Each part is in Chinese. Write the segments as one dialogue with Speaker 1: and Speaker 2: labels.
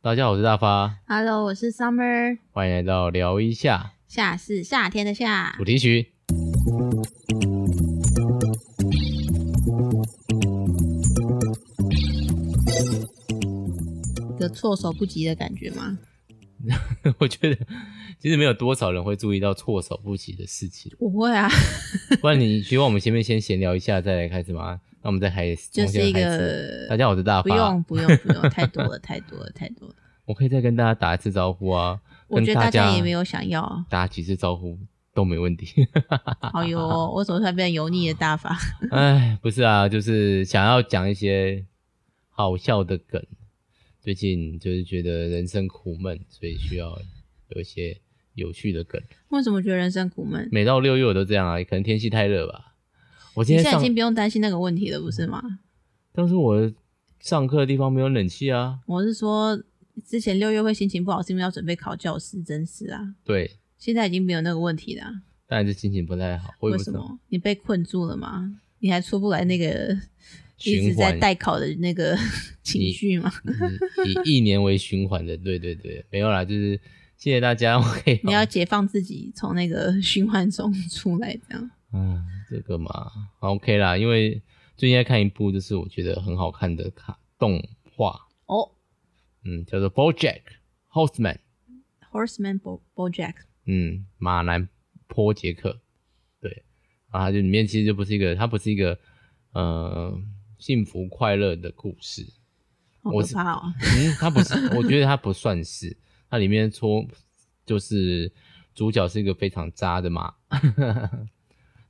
Speaker 1: 大家好，我是大发，
Speaker 2: Hello，我是 Summer，
Speaker 1: 欢迎来到聊一下
Speaker 2: 夏是夏天的夏
Speaker 1: 主。题曲。
Speaker 2: 有措手不及的感觉吗？
Speaker 1: 我觉得其实没有多少人会注意到措手不及的事情。
Speaker 2: 我会啊，
Speaker 1: 不然你希望我们前面先闲聊一下，再来开始吗？ 那我们再开始，
Speaker 2: 就是
Speaker 1: 从现在
Speaker 2: 一
Speaker 1: 开始
Speaker 2: 个
Speaker 1: 大家好，啊我是大发。
Speaker 2: 不用不用不用，太多了太多了太多了。
Speaker 1: 我可以再跟大家打一次招呼啊。
Speaker 2: 我觉得大
Speaker 1: 跟家
Speaker 2: 家也没有想要啊。
Speaker 1: 打几次招呼都没问题。 啊
Speaker 2: 好哟，我怎么突然变油腻的大发？
Speaker 1: 哎，不是啊，就是想要讲一些好笑的梗。最近就是觉得人生苦闷，所以需要有一些有趣的梗。
Speaker 2: 为什么觉得人生苦闷？
Speaker 1: 每到六月我都这样啊，可能天气太热吧。我今
Speaker 2: 你
Speaker 1: 天
Speaker 2: 现在已
Speaker 1: 上，
Speaker 2: 经不用担心那个问题了，不是吗？
Speaker 1: 但是我上课的地方没有冷气啊。
Speaker 2: 我是说，之前六月会心情不好，是因为要准备考教师，真是啊。
Speaker 1: 对，还
Speaker 2: 现在已经没有那个问题了啊、
Speaker 1: 但是心情不太好，我也
Speaker 2: 为
Speaker 1: 不知
Speaker 2: 什
Speaker 1: 道。
Speaker 2: 么？你被困住了吗？你还出不来那个
Speaker 1: 循环
Speaker 2: 一直在待考的那个 情绪吗？
Speaker 1: 以以一年为循环的，对对对，没有啦，就是谢谢大家。我 可以，
Speaker 2: 你要解放自己，从那个 循环中出来，这样。
Speaker 1: 嗯，这个嘛好，OK 啦，因为最近在看一部就是我觉得很好看的卡动画，
Speaker 2: 哦、
Speaker 1: 嗯，叫做《BoJack Horseman》，
Speaker 2: h o r s e m a n Bo BoJack，
Speaker 1: 嗯，马南波杰克，对，啊，它就里面其实就不是一个，它不是一个呃幸福快乐的故事，
Speaker 2: 好
Speaker 1: 我
Speaker 2: 可
Speaker 1: 是
Speaker 2: 怕哦！
Speaker 1: 嗯，它不是，我觉得它不算是，它里面说就是主角是一个非常渣的马，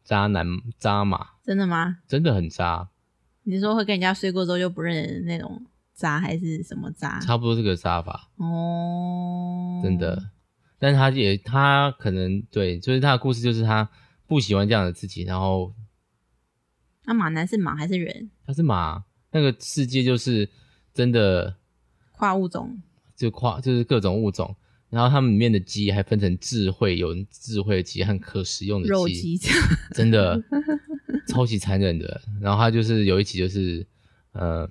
Speaker 1: 渣男渣马，
Speaker 2: 真的吗？
Speaker 1: 真的很渣，
Speaker 2: 你说会跟人家睡过之后就不认人那种渣，还是什么渣？
Speaker 1: 差不多这个渣法。
Speaker 2: 哦，
Speaker 1: 真的。但是他也他可能对，就是他的故事就是他不喜欢这样的自己，然后
Speaker 2: 那、马男是马还是人？
Speaker 1: 他是马，那个世界就是真的
Speaker 2: 跨物种
Speaker 1: 就跨就是各种物种，然后他们里面的鸡还分成智慧，有智慧的鸡和可食用的
Speaker 2: 肉鸡这样。
Speaker 1: 真的超级残忍的。然后他就是有一集就是，呃，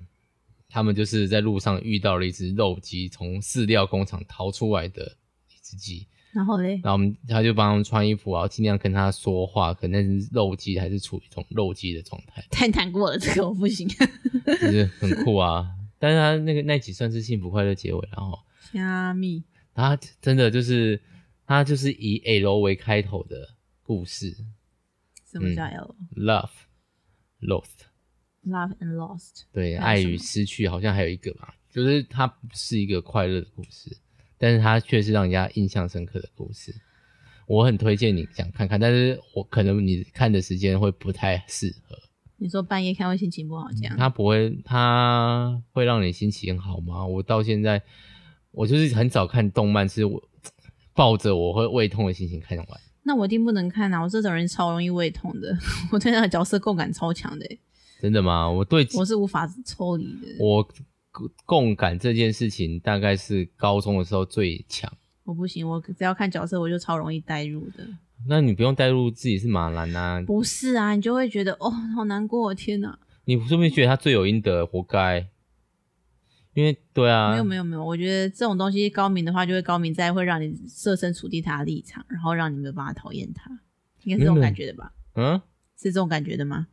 Speaker 1: 他们就是在路上遇到了一只肉鸡，从饲料工厂逃出来的一只鸡，
Speaker 2: 然后嘞，，
Speaker 1: 然后我们他就帮他们穿衣服，然后尽量跟他说话，可能是肉鸡还是处于一种肉鸡的状态
Speaker 2: 太难过了，这个我不行。
Speaker 1: 就是很酷啊。但是他那个那集算是幸福快乐结尾，然后
Speaker 2: 虾米，
Speaker 1: 他真的就是他就是以 L 为开头的故事
Speaker 2: 什么
Speaker 1: 嗯
Speaker 2: 叫 L？、
Speaker 1: ，Love Lost，
Speaker 2: Love and Lost，
Speaker 1: 对，
Speaker 2: 还
Speaker 1: 爱
Speaker 2: 有什么
Speaker 1: 与失去好像还有一个吧，就是它不是一个快乐的故事，但是它却是让人家印象深刻的故事。我很推荐你想看看，但是我可能你看的时间会不太适合。
Speaker 2: 你说半夜看会心情不好这样？
Speaker 1: 它不会，它会让你心情好吗？我到现在，我就是很少看动漫，是我抱着我会胃痛的心情看完。
Speaker 2: 那我一定不能看啊！我这种人超容易胃痛的， 我对那个角色共感超强的，欸
Speaker 1: 真的吗？我对
Speaker 2: 我是无法抽离的，
Speaker 1: 我共感这件事情，大概是高中的时候最强。
Speaker 2: 我不行，我只要看角色我就超容易代入的。
Speaker 1: 那你不用带入自己是马兰啊，
Speaker 2: 不是啊，你就会觉得哦，好难过，天哪！
Speaker 1: 你说不定觉得他罪有应得，活该。因为对啊，
Speaker 2: 没有没有没有，我觉得这种东西高明的话，就会高明在会让你设身处地他的立场，然后让你没有办法讨厌他，应该
Speaker 1: 没有
Speaker 2: 是这
Speaker 1: 没有
Speaker 2: 种感觉的吧？
Speaker 1: 嗯
Speaker 2: 是这种感觉的吗？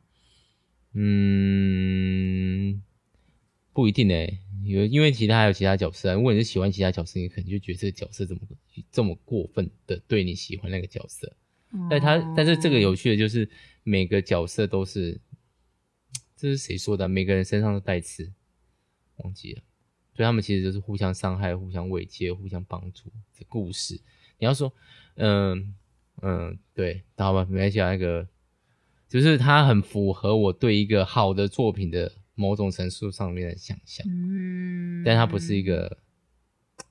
Speaker 1: 嗯，不一定哎、有因为其他还有其他角色啊。如果你是喜欢其他角色，你可能就觉得这个角色怎么这么过分的对你喜欢那个角色。但他
Speaker 2: 哦
Speaker 1: 但是这个有趣的就是每个角色都是，这是谁说的啊、每个人身上都带刺，忘记了。所以他们其实就是互相伤害、互相慰藉、互相帮助的故事。你要说，嗯嗯，对，好吧，没关系啊。那个就是它很符合我对一个好的作品的某种程度上面的想象，
Speaker 2: 嗯，
Speaker 1: 但它不是一个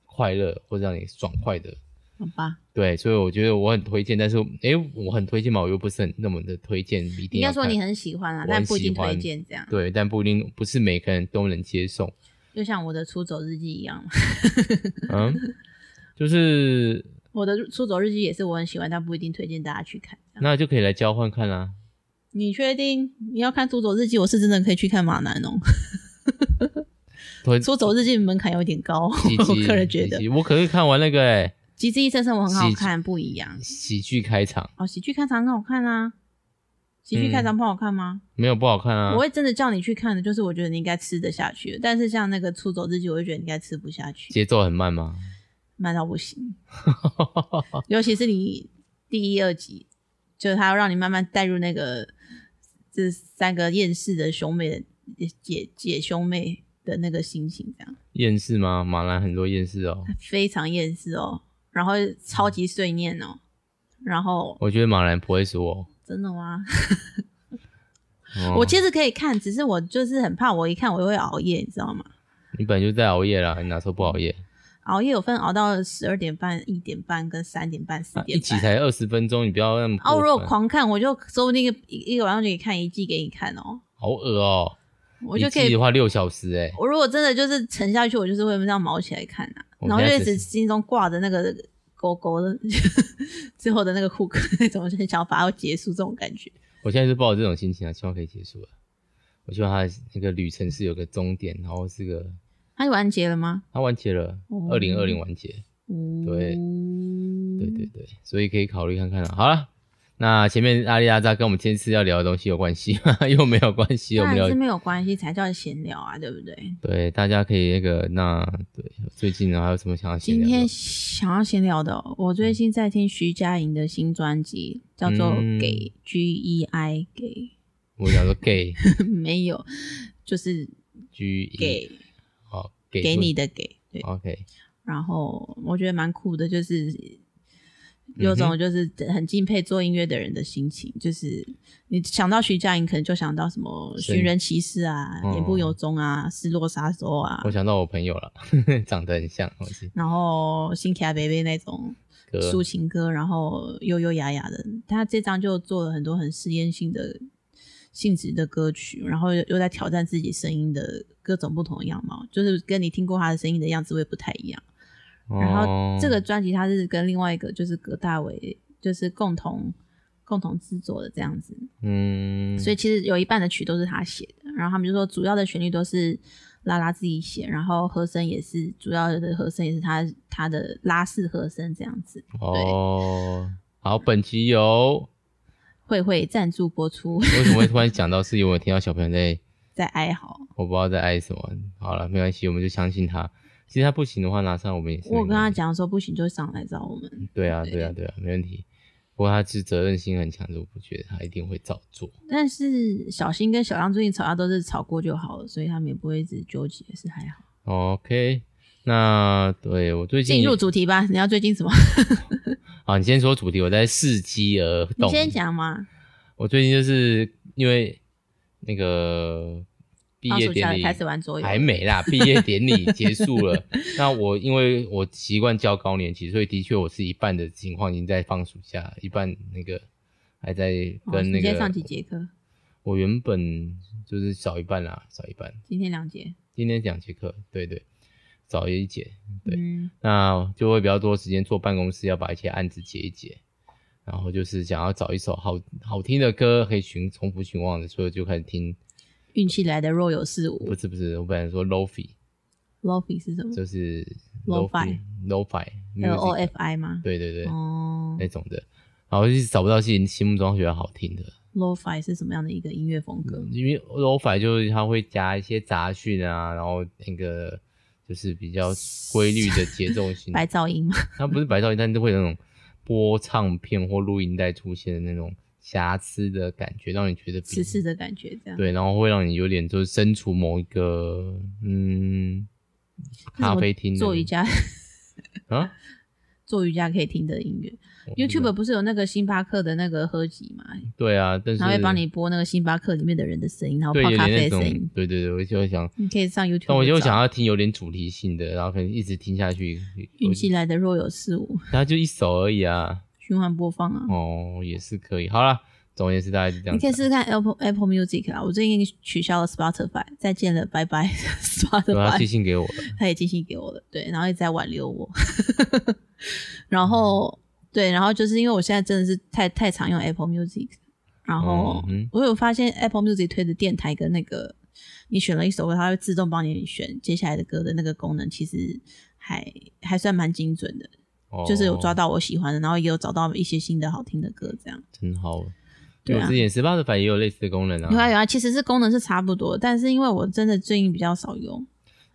Speaker 1: 快乐或者让你爽快的
Speaker 2: 好吧？
Speaker 1: 对，所以我觉得我很推荐，但是诶，我很推荐嘛，我又不是很那么的推荐，一定
Speaker 2: 应
Speaker 1: 要
Speaker 2: 该说
Speaker 1: 看
Speaker 2: 你很喜欢啊，
Speaker 1: 我
Speaker 2: 但
Speaker 1: 很
Speaker 2: 不一定
Speaker 1: 喜欢
Speaker 2: 推荐这样。
Speaker 1: 对，但不一定不是每个人都能接 受。
Speaker 2: 就像我的出走日记一样嘛，
Speaker 1: 嗯，就是
Speaker 2: 我的出走日记也是我很喜欢，但不一定推荐大家去看。这样
Speaker 1: 那就可以来交换看啦、
Speaker 2: 嗯 你确定你要看出走日记？我是真的可以去看马南哦。
Speaker 1: 会
Speaker 2: 出走日记门槛有点高，
Speaker 1: 喜
Speaker 2: 我
Speaker 1: 剧，
Speaker 2: 个人觉
Speaker 1: 喜
Speaker 2: 得《
Speaker 1: 剧我可是看完那个哎、
Speaker 2: 极致医生生活》很好
Speaker 1: 喜
Speaker 2: 看，不一样。
Speaker 1: 喜剧开场，
Speaker 2: 哦，喜剧开场很好看啊，喜剧开场不好看吗？
Speaker 1: 没有不好看啊
Speaker 2: 我。会真的叫你去看的，就是我觉得你应该吃得下去的。但是像那个《出走日记》，我就觉得你应该吃不下去，
Speaker 1: 节奏很慢吗？
Speaker 2: 慢到不 行。尤其是你第一、二集，就是他要让你慢慢带入那个这三个厌世的兄妹的姐姐兄妹的那个心情，这样
Speaker 1: 厌世吗？马兰很多厌世哦。
Speaker 2: 非常厌世哦，然后超级碎念哦，然后
Speaker 1: 我觉得马兰不会说哦。
Speaker 2: 真的吗？
Speaker 1: 哦
Speaker 2: 我其实可以看，只是我就是很怕，我一看我会熬夜，你知道吗？
Speaker 1: 你本来就在熬夜啦，你哪时候不熬夜？
Speaker 2: 熬夜有分熬到十二点半、一点半跟三点半、四
Speaker 1: 啊一
Speaker 2: 点
Speaker 1: 集
Speaker 2: 半。
Speaker 1: 才二十分钟，你不要那么
Speaker 2: 哦，
Speaker 1: 过
Speaker 2: 如果
Speaker 1: 分
Speaker 2: 狂看，我就说不定一个一一个晚上就可以看一季给你看哦，
Speaker 1: 好恶哦、
Speaker 2: 我
Speaker 1: 一
Speaker 2: 就可
Speaker 1: 季
Speaker 2: 以
Speaker 1: 的话六小时哎、
Speaker 2: 我如果真的就是沉下去，我就是会这样毛起来看啊，
Speaker 1: 我
Speaker 2: 然后就
Speaker 1: 现在
Speaker 2: 一
Speaker 1: 只
Speaker 2: 直心中挂着那个狗狗的 最后的那个 hook 那种，很想把它结束这种感觉。
Speaker 1: 我现在是抱着这种心情啊，希望可以结束了。我希望他的那个旅程是有个终点，然后是个
Speaker 2: 它完结了吗？
Speaker 1: 他完结了，
Speaker 2: 哦嗯
Speaker 1: 二零二零完结，对对对，
Speaker 2: 对
Speaker 1: 对，所以可以考虑看看啊。好了，那前面阿里阿扎跟我们今天次要聊的东西有关系吗？ 又没有关系，我
Speaker 2: 当
Speaker 1: 们聊
Speaker 2: 然是没有关系，才叫闲聊啊，对不对？
Speaker 1: 对大家可以那个那对最近呢还有什么想要闲
Speaker 2: 今
Speaker 1: 聊的
Speaker 2: 天想要闲聊的哦，我最近在听徐佳莹的新专辑，叫做
Speaker 1: 嗯
Speaker 2: 《给 G E I 给，
Speaker 1: 我想说 gay》
Speaker 2: 没有，就是
Speaker 1: G
Speaker 2: 给
Speaker 1: 好嗯给
Speaker 2: 给你的给，对，
Speaker 1: OK
Speaker 2: 然后我觉得蛮酷的，就是
Speaker 1: 嗯
Speaker 2: 有种就是很敬佩做音乐的人的心情，就是你想到徐佳莹，可能就想到什么
Speaker 1: 是
Speaker 2: 寻人骑士啊、
Speaker 1: 嗯
Speaker 2: 言不由衷啊、失落杀手啊
Speaker 1: 我，想到我朋友了， 长得很像，我是
Speaker 2: 然后新卡贝贝那种
Speaker 1: 哥
Speaker 2: 抒情歌，然后悠悠雅雅的。他这张就做了很多很实验性的性质的歌曲，然后又又在挑战自己声音的各种不同的样貌，就是跟你听过他的声音的样子会不太一样。
Speaker 1: 哦
Speaker 2: 然后这个专辑它是跟另外一个就是葛大为就是共同共同制作的这样子，
Speaker 1: 嗯，
Speaker 2: 所以其实有一半的曲都是他写的。然后他们就说主要的旋律都是拉拉自己写，然后和声也是主要的和声也是他他的拉式和声这样子。
Speaker 1: 哦，好，本集由
Speaker 2: 慧慧赞助播出，
Speaker 1: 为什么会突然讲到是因为我听到小朋友在，
Speaker 2: 在哀嚎。
Speaker 1: 我不知道在爱什么。好了，没关系，我们就相信他。其实他不行的话，拿上我们也是。
Speaker 2: 我有跟他，讲说不行就上来找我们，
Speaker 1: 对啊，对啊，对啊，没问题。不过他是责任心很强，所以我不觉得他一定会照做。
Speaker 2: 但是小新跟小亮最近吵架都是吵过就好了，所以他们也不会一直纠结，是还好。
Speaker 1: OK，那对我最近
Speaker 2: 进入主题吧，你要最近什么？
Speaker 1: 啊，你先说主题，我在伺机而
Speaker 2: 你
Speaker 1: 动。
Speaker 2: 先讲嘛。
Speaker 1: 我最近就是因为那个毕
Speaker 2: 放
Speaker 1: 业
Speaker 2: 暑
Speaker 1: 典
Speaker 2: 假了
Speaker 1: 礼
Speaker 2: 开始玩桌游
Speaker 1: 还没 啦，毕业典礼结束了。那我因为我习惯教高年级，所以的确我是一半的情况已经在放暑假，一半那个还在
Speaker 2: 哦
Speaker 1: 跟
Speaker 2: 你
Speaker 1: 那个。
Speaker 2: 今天上几节课？
Speaker 1: 我原本就是少一半啦，少一半。
Speaker 2: 今天两节。
Speaker 1: 今天两节课，对对，少一节，对
Speaker 2: 嗯，
Speaker 1: 那就会比较多时间坐办公室，要把一些案子解一解。然后就是想要找一首好好听的歌，可以循重复循环的，所以就开始听。
Speaker 2: 运气来的若有似无
Speaker 1: 不。是不是，我本来说 lofi，
Speaker 2: Lofi 是什么
Speaker 1: 就是
Speaker 2: Lo-fi
Speaker 1: lofi
Speaker 2: ？L
Speaker 1: music，
Speaker 2: O F I 吗？
Speaker 1: 对对对，哎
Speaker 2: 哦
Speaker 1: 那种的。然后一直找不到自己心目中觉得好听的，
Speaker 2: ，Lofi 是什么样的一个音乐风格？
Speaker 1: 因为 lofi 就是它会加一些杂讯啊，然后那个就是比较规律的节 奏性，
Speaker 2: 白噪音吗？
Speaker 1: 它不是白噪音，但是会有那种播唱片或录音带出现的那种瑕疵的感觉，让你觉得比
Speaker 2: 此事的感觉这样。，
Speaker 1: 对，然后会让你有点就是身处某一个嗯咖啡厅的
Speaker 2: 做瑜伽，
Speaker 1: 啊
Speaker 2: 做瑜伽可以听的音乐。
Speaker 1: 我不知道
Speaker 2: YouTube 不是有那个星巴克的那个合集嘛？
Speaker 1: 对啊，但是
Speaker 2: 然后会帮你播那个星巴克里面的人的声音，然后
Speaker 1: 对
Speaker 2: 泡
Speaker 1: 有
Speaker 2: 咖
Speaker 1: 点那
Speaker 2: 啡的
Speaker 1: 种
Speaker 2: 声音。
Speaker 1: 对对对，我就会想，
Speaker 2: 你可以上 YouTube。
Speaker 1: 但我就想要听有点主题性的，然后可能一直听下去，
Speaker 2: 运气来的若有似无，
Speaker 1: 然后就一首而已啊，
Speaker 2: 循环播放啊。
Speaker 1: 哦也是可以。好啦，总而言之大概是这样
Speaker 2: 你
Speaker 1: 子
Speaker 2: 可以
Speaker 1: 啊。
Speaker 2: 试试看 Apple Apple Music 啊啦，我最近取消了 Spotify，再见了，拜 拜 Spotify。
Speaker 1: 对啊，寄信给我了，
Speaker 2: 他也寄信给我了，对，然后一直在挽留我， 然后对，然后就是因为我现在真的是太太常用 Apple Music，然后
Speaker 1: 嗯哼
Speaker 2: 我有发现 Apple Music 推的电台跟那个你选了一首歌，它会自动帮你选接下来的歌的那个功能，其实还还算蛮精准的，
Speaker 1: 哦
Speaker 2: 就是有抓到我喜欢的，然后也有找到一些新的好听的歌，这样。
Speaker 1: 真好。哦
Speaker 2: 对啊
Speaker 1: 我之前 Spotify 也有类似的功能
Speaker 2: 有啊
Speaker 1: 啊，
Speaker 2: 有啊，其实是功能是差不多，但是因为我真的最近比较少用，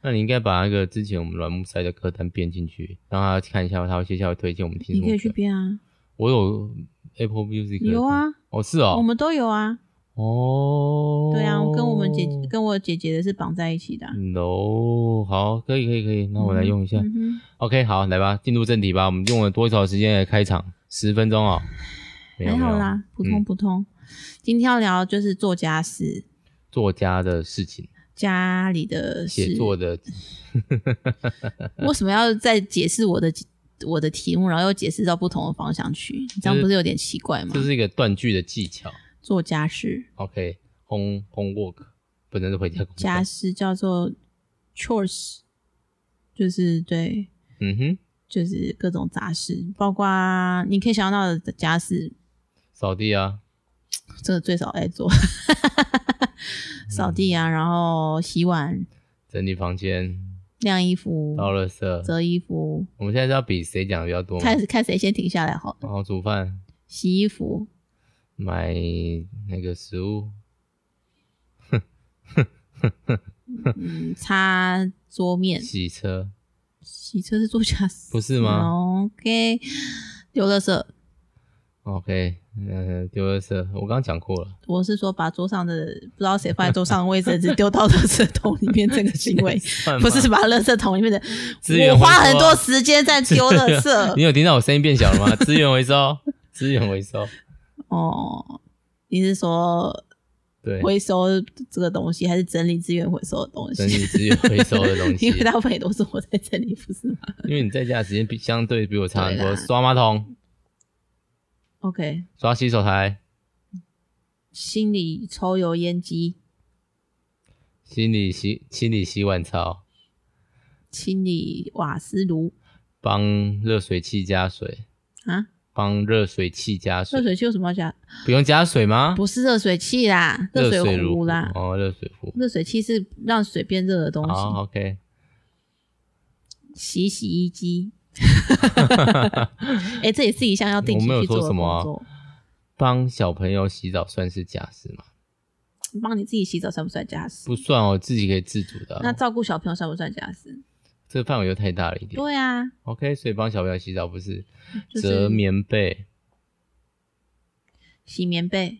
Speaker 1: 那你应该把那个之前我们软木塞的歌单编进去，让他看一下，他会接下来推荐我们听
Speaker 2: 你
Speaker 1: 什么
Speaker 2: 可以去
Speaker 1: 歌。
Speaker 2: 编啊，
Speaker 1: 我有 Apple Music
Speaker 2: 有啊，
Speaker 1: 哦是
Speaker 2: 我
Speaker 1: 哦，
Speaker 2: 们都有啊。
Speaker 1: 哦，
Speaker 2: 对啊，我跟我们姐跟我姐姐的是绑在一起
Speaker 1: 嗯
Speaker 2: 的啊、
Speaker 1: no 好，可以可以可以，那我来用一下。
Speaker 2: 嗯哼
Speaker 1: OK，好，来吧，进入正题吧。我们用了多少时间来开场？十分钟哦，没有
Speaker 2: 还
Speaker 1: 没
Speaker 2: 好
Speaker 1: 有
Speaker 2: 啦，普
Speaker 1: 嗯
Speaker 2: 通普通。今天要聊就是做家事，
Speaker 1: 作家的事情，
Speaker 2: 家里的事
Speaker 1: 写作的，
Speaker 2: 为什么要再解释我的我的题目，然后又解释到不同的方向去？这
Speaker 1: 就
Speaker 2: 样
Speaker 1: 是
Speaker 2: 不是有点奇怪吗？
Speaker 1: 这是一个断句的技巧。
Speaker 2: 做家事，
Speaker 1: OK，home homework 本来是回家工作。
Speaker 2: 家事叫做 chores，就是对，
Speaker 1: 嗯哼，
Speaker 2: 就是各种杂事，包括你可以想到的家事，
Speaker 1: 扫地啊，
Speaker 2: 这个最少 爱做，扫地
Speaker 1: 嗯
Speaker 2: 啊，然后洗碗、
Speaker 1: 整理房间，
Speaker 2: 晾衣服、
Speaker 1: 倒垃圾。
Speaker 2: 折衣服，
Speaker 1: 我们现在是要比谁讲的比较多吗？
Speaker 2: 看看谁先停下来好了。
Speaker 1: 然后煮饭，
Speaker 2: 洗 衣服，
Speaker 1: 买那个食物，
Speaker 2: 嗯，擦桌面，
Speaker 1: 洗车。
Speaker 2: 洗车是做家事，嗯
Speaker 1: 不是吗
Speaker 2: ？OK，丢垃圾，
Speaker 1: OK，嗯、丢垃圾，我刚刚讲过了。，
Speaker 2: 我是说把桌上的不知道谁放在桌上的卫生纸丢到垃圾桶里面这个 行 为
Speaker 1: 算
Speaker 2: 不
Speaker 1: 吗
Speaker 2: 是把垃圾桶里面的
Speaker 1: 资源，
Speaker 2: 我
Speaker 1: 回收啊
Speaker 2: 花很多时间在丢垃
Speaker 1: 你
Speaker 2: 圾。
Speaker 1: 有听到我声音变小了吗？ 资源回收，资源回收，
Speaker 2: 哦，你是说
Speaker 1: 对，
Speaker 2: 回收这个东西，还是整理资源回收的东
Speaker 1: 整
Speaker 2: 西？
Speaker 1: 理资源回收的东西
Speaker 2: 因。为大部分也都是我在整理，不是吗
Speaker 1: 因为你在家的时间比相对比我长很
Speaker 2: 对啊
Speaker 1: 多，
Speaker 2: 啦
Speaker 1: 刷马桶、
Speaker 2: ？OK，
Speaker 1: 刷洗手台、
Speaker 2: 心理抽油烟机，
Speaker 1: 清理洗清理洗碗槽、
Speaker 2: 清理瓦斯炉
Speaker 1: 帮热水器加水、
Speaker 2: 啊，
Speaker 1: 帮热水器加
Speaker 2: 热
Speaker 1: 水，
Speaker 2: 水器有什么要加？
Speaker 1: 不用加水吗？
Speaker 2: 不是热水器啦，热
Speaker 1: 热水
Speaker 2: 壶啦。
Speaker 1: 哦，热水壶。
Speaker 2: 热水器是让水变热的东西。
Speaker 1: 好，OK，
Speaker 2: 洗洗衣 机，哎、这也是一项要定期
Speaker 1: 我没有
Speaker 2: 去做
Speaker 1: 说
Speaker 2: 的
Speaker 1: 什
Speaker 2: 工
Speaker 1: 么啊
Speaker 2: 作。
Speaker 1: 帮小朋友洗澡算是家事吗？
Speaker 2: 帮你自己洗澡算不算家事？
Speaker 1: 不算哦，自己可以自主的啊、
Speaker 2: 那照顾小朋友算不算家事？
Speaker 1: 这个范围又太大了一点。
Speaker 2: 对啊，
Speaker 1: OK，所以帮小朋友洗澡不是
Speaker 2: 就是
Speaker 1: 折棉被、
Speaker 2: 洗棉被，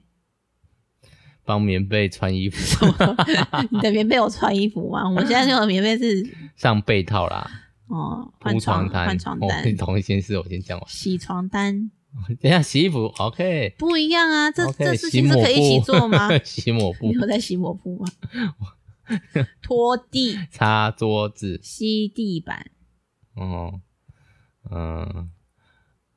Speaker 1: 帮棉被穿衣服、
Speaker 2: 你的棉被有穿衣服吗？我现在用的棉被是
Speaker 1: 上被套啦、
Speaker 2: 哦，换
Speaker 1: 铺
Speaker 2: 床
Speaker 1: 单。
Speaker 2: 换床
Speaker 1: 哦
Speaker 2: 单，
Speaker 1: 同一件事我先讲完。
Speaker 2: 洗床单
Speaker 1: 等一下洗衣服，OK，
Speaker 2: 不一样啊，这
Speaker 1: o k
Speaker 2: 这事情
Speaker 1: 洗
Speaker 2: 是
Speaker 1: 抹
Speaker 2: 可以一起
Speaker 1: 布
Speaker 2: 做吗？
Speaker 1: 洗抹布
Speaker 2: 你、有在洗抹布 吗？拖地、
Speaker 1: 擦桌子，
Speaker 2: 吸地板、
Speaker 1: 哦，嗯，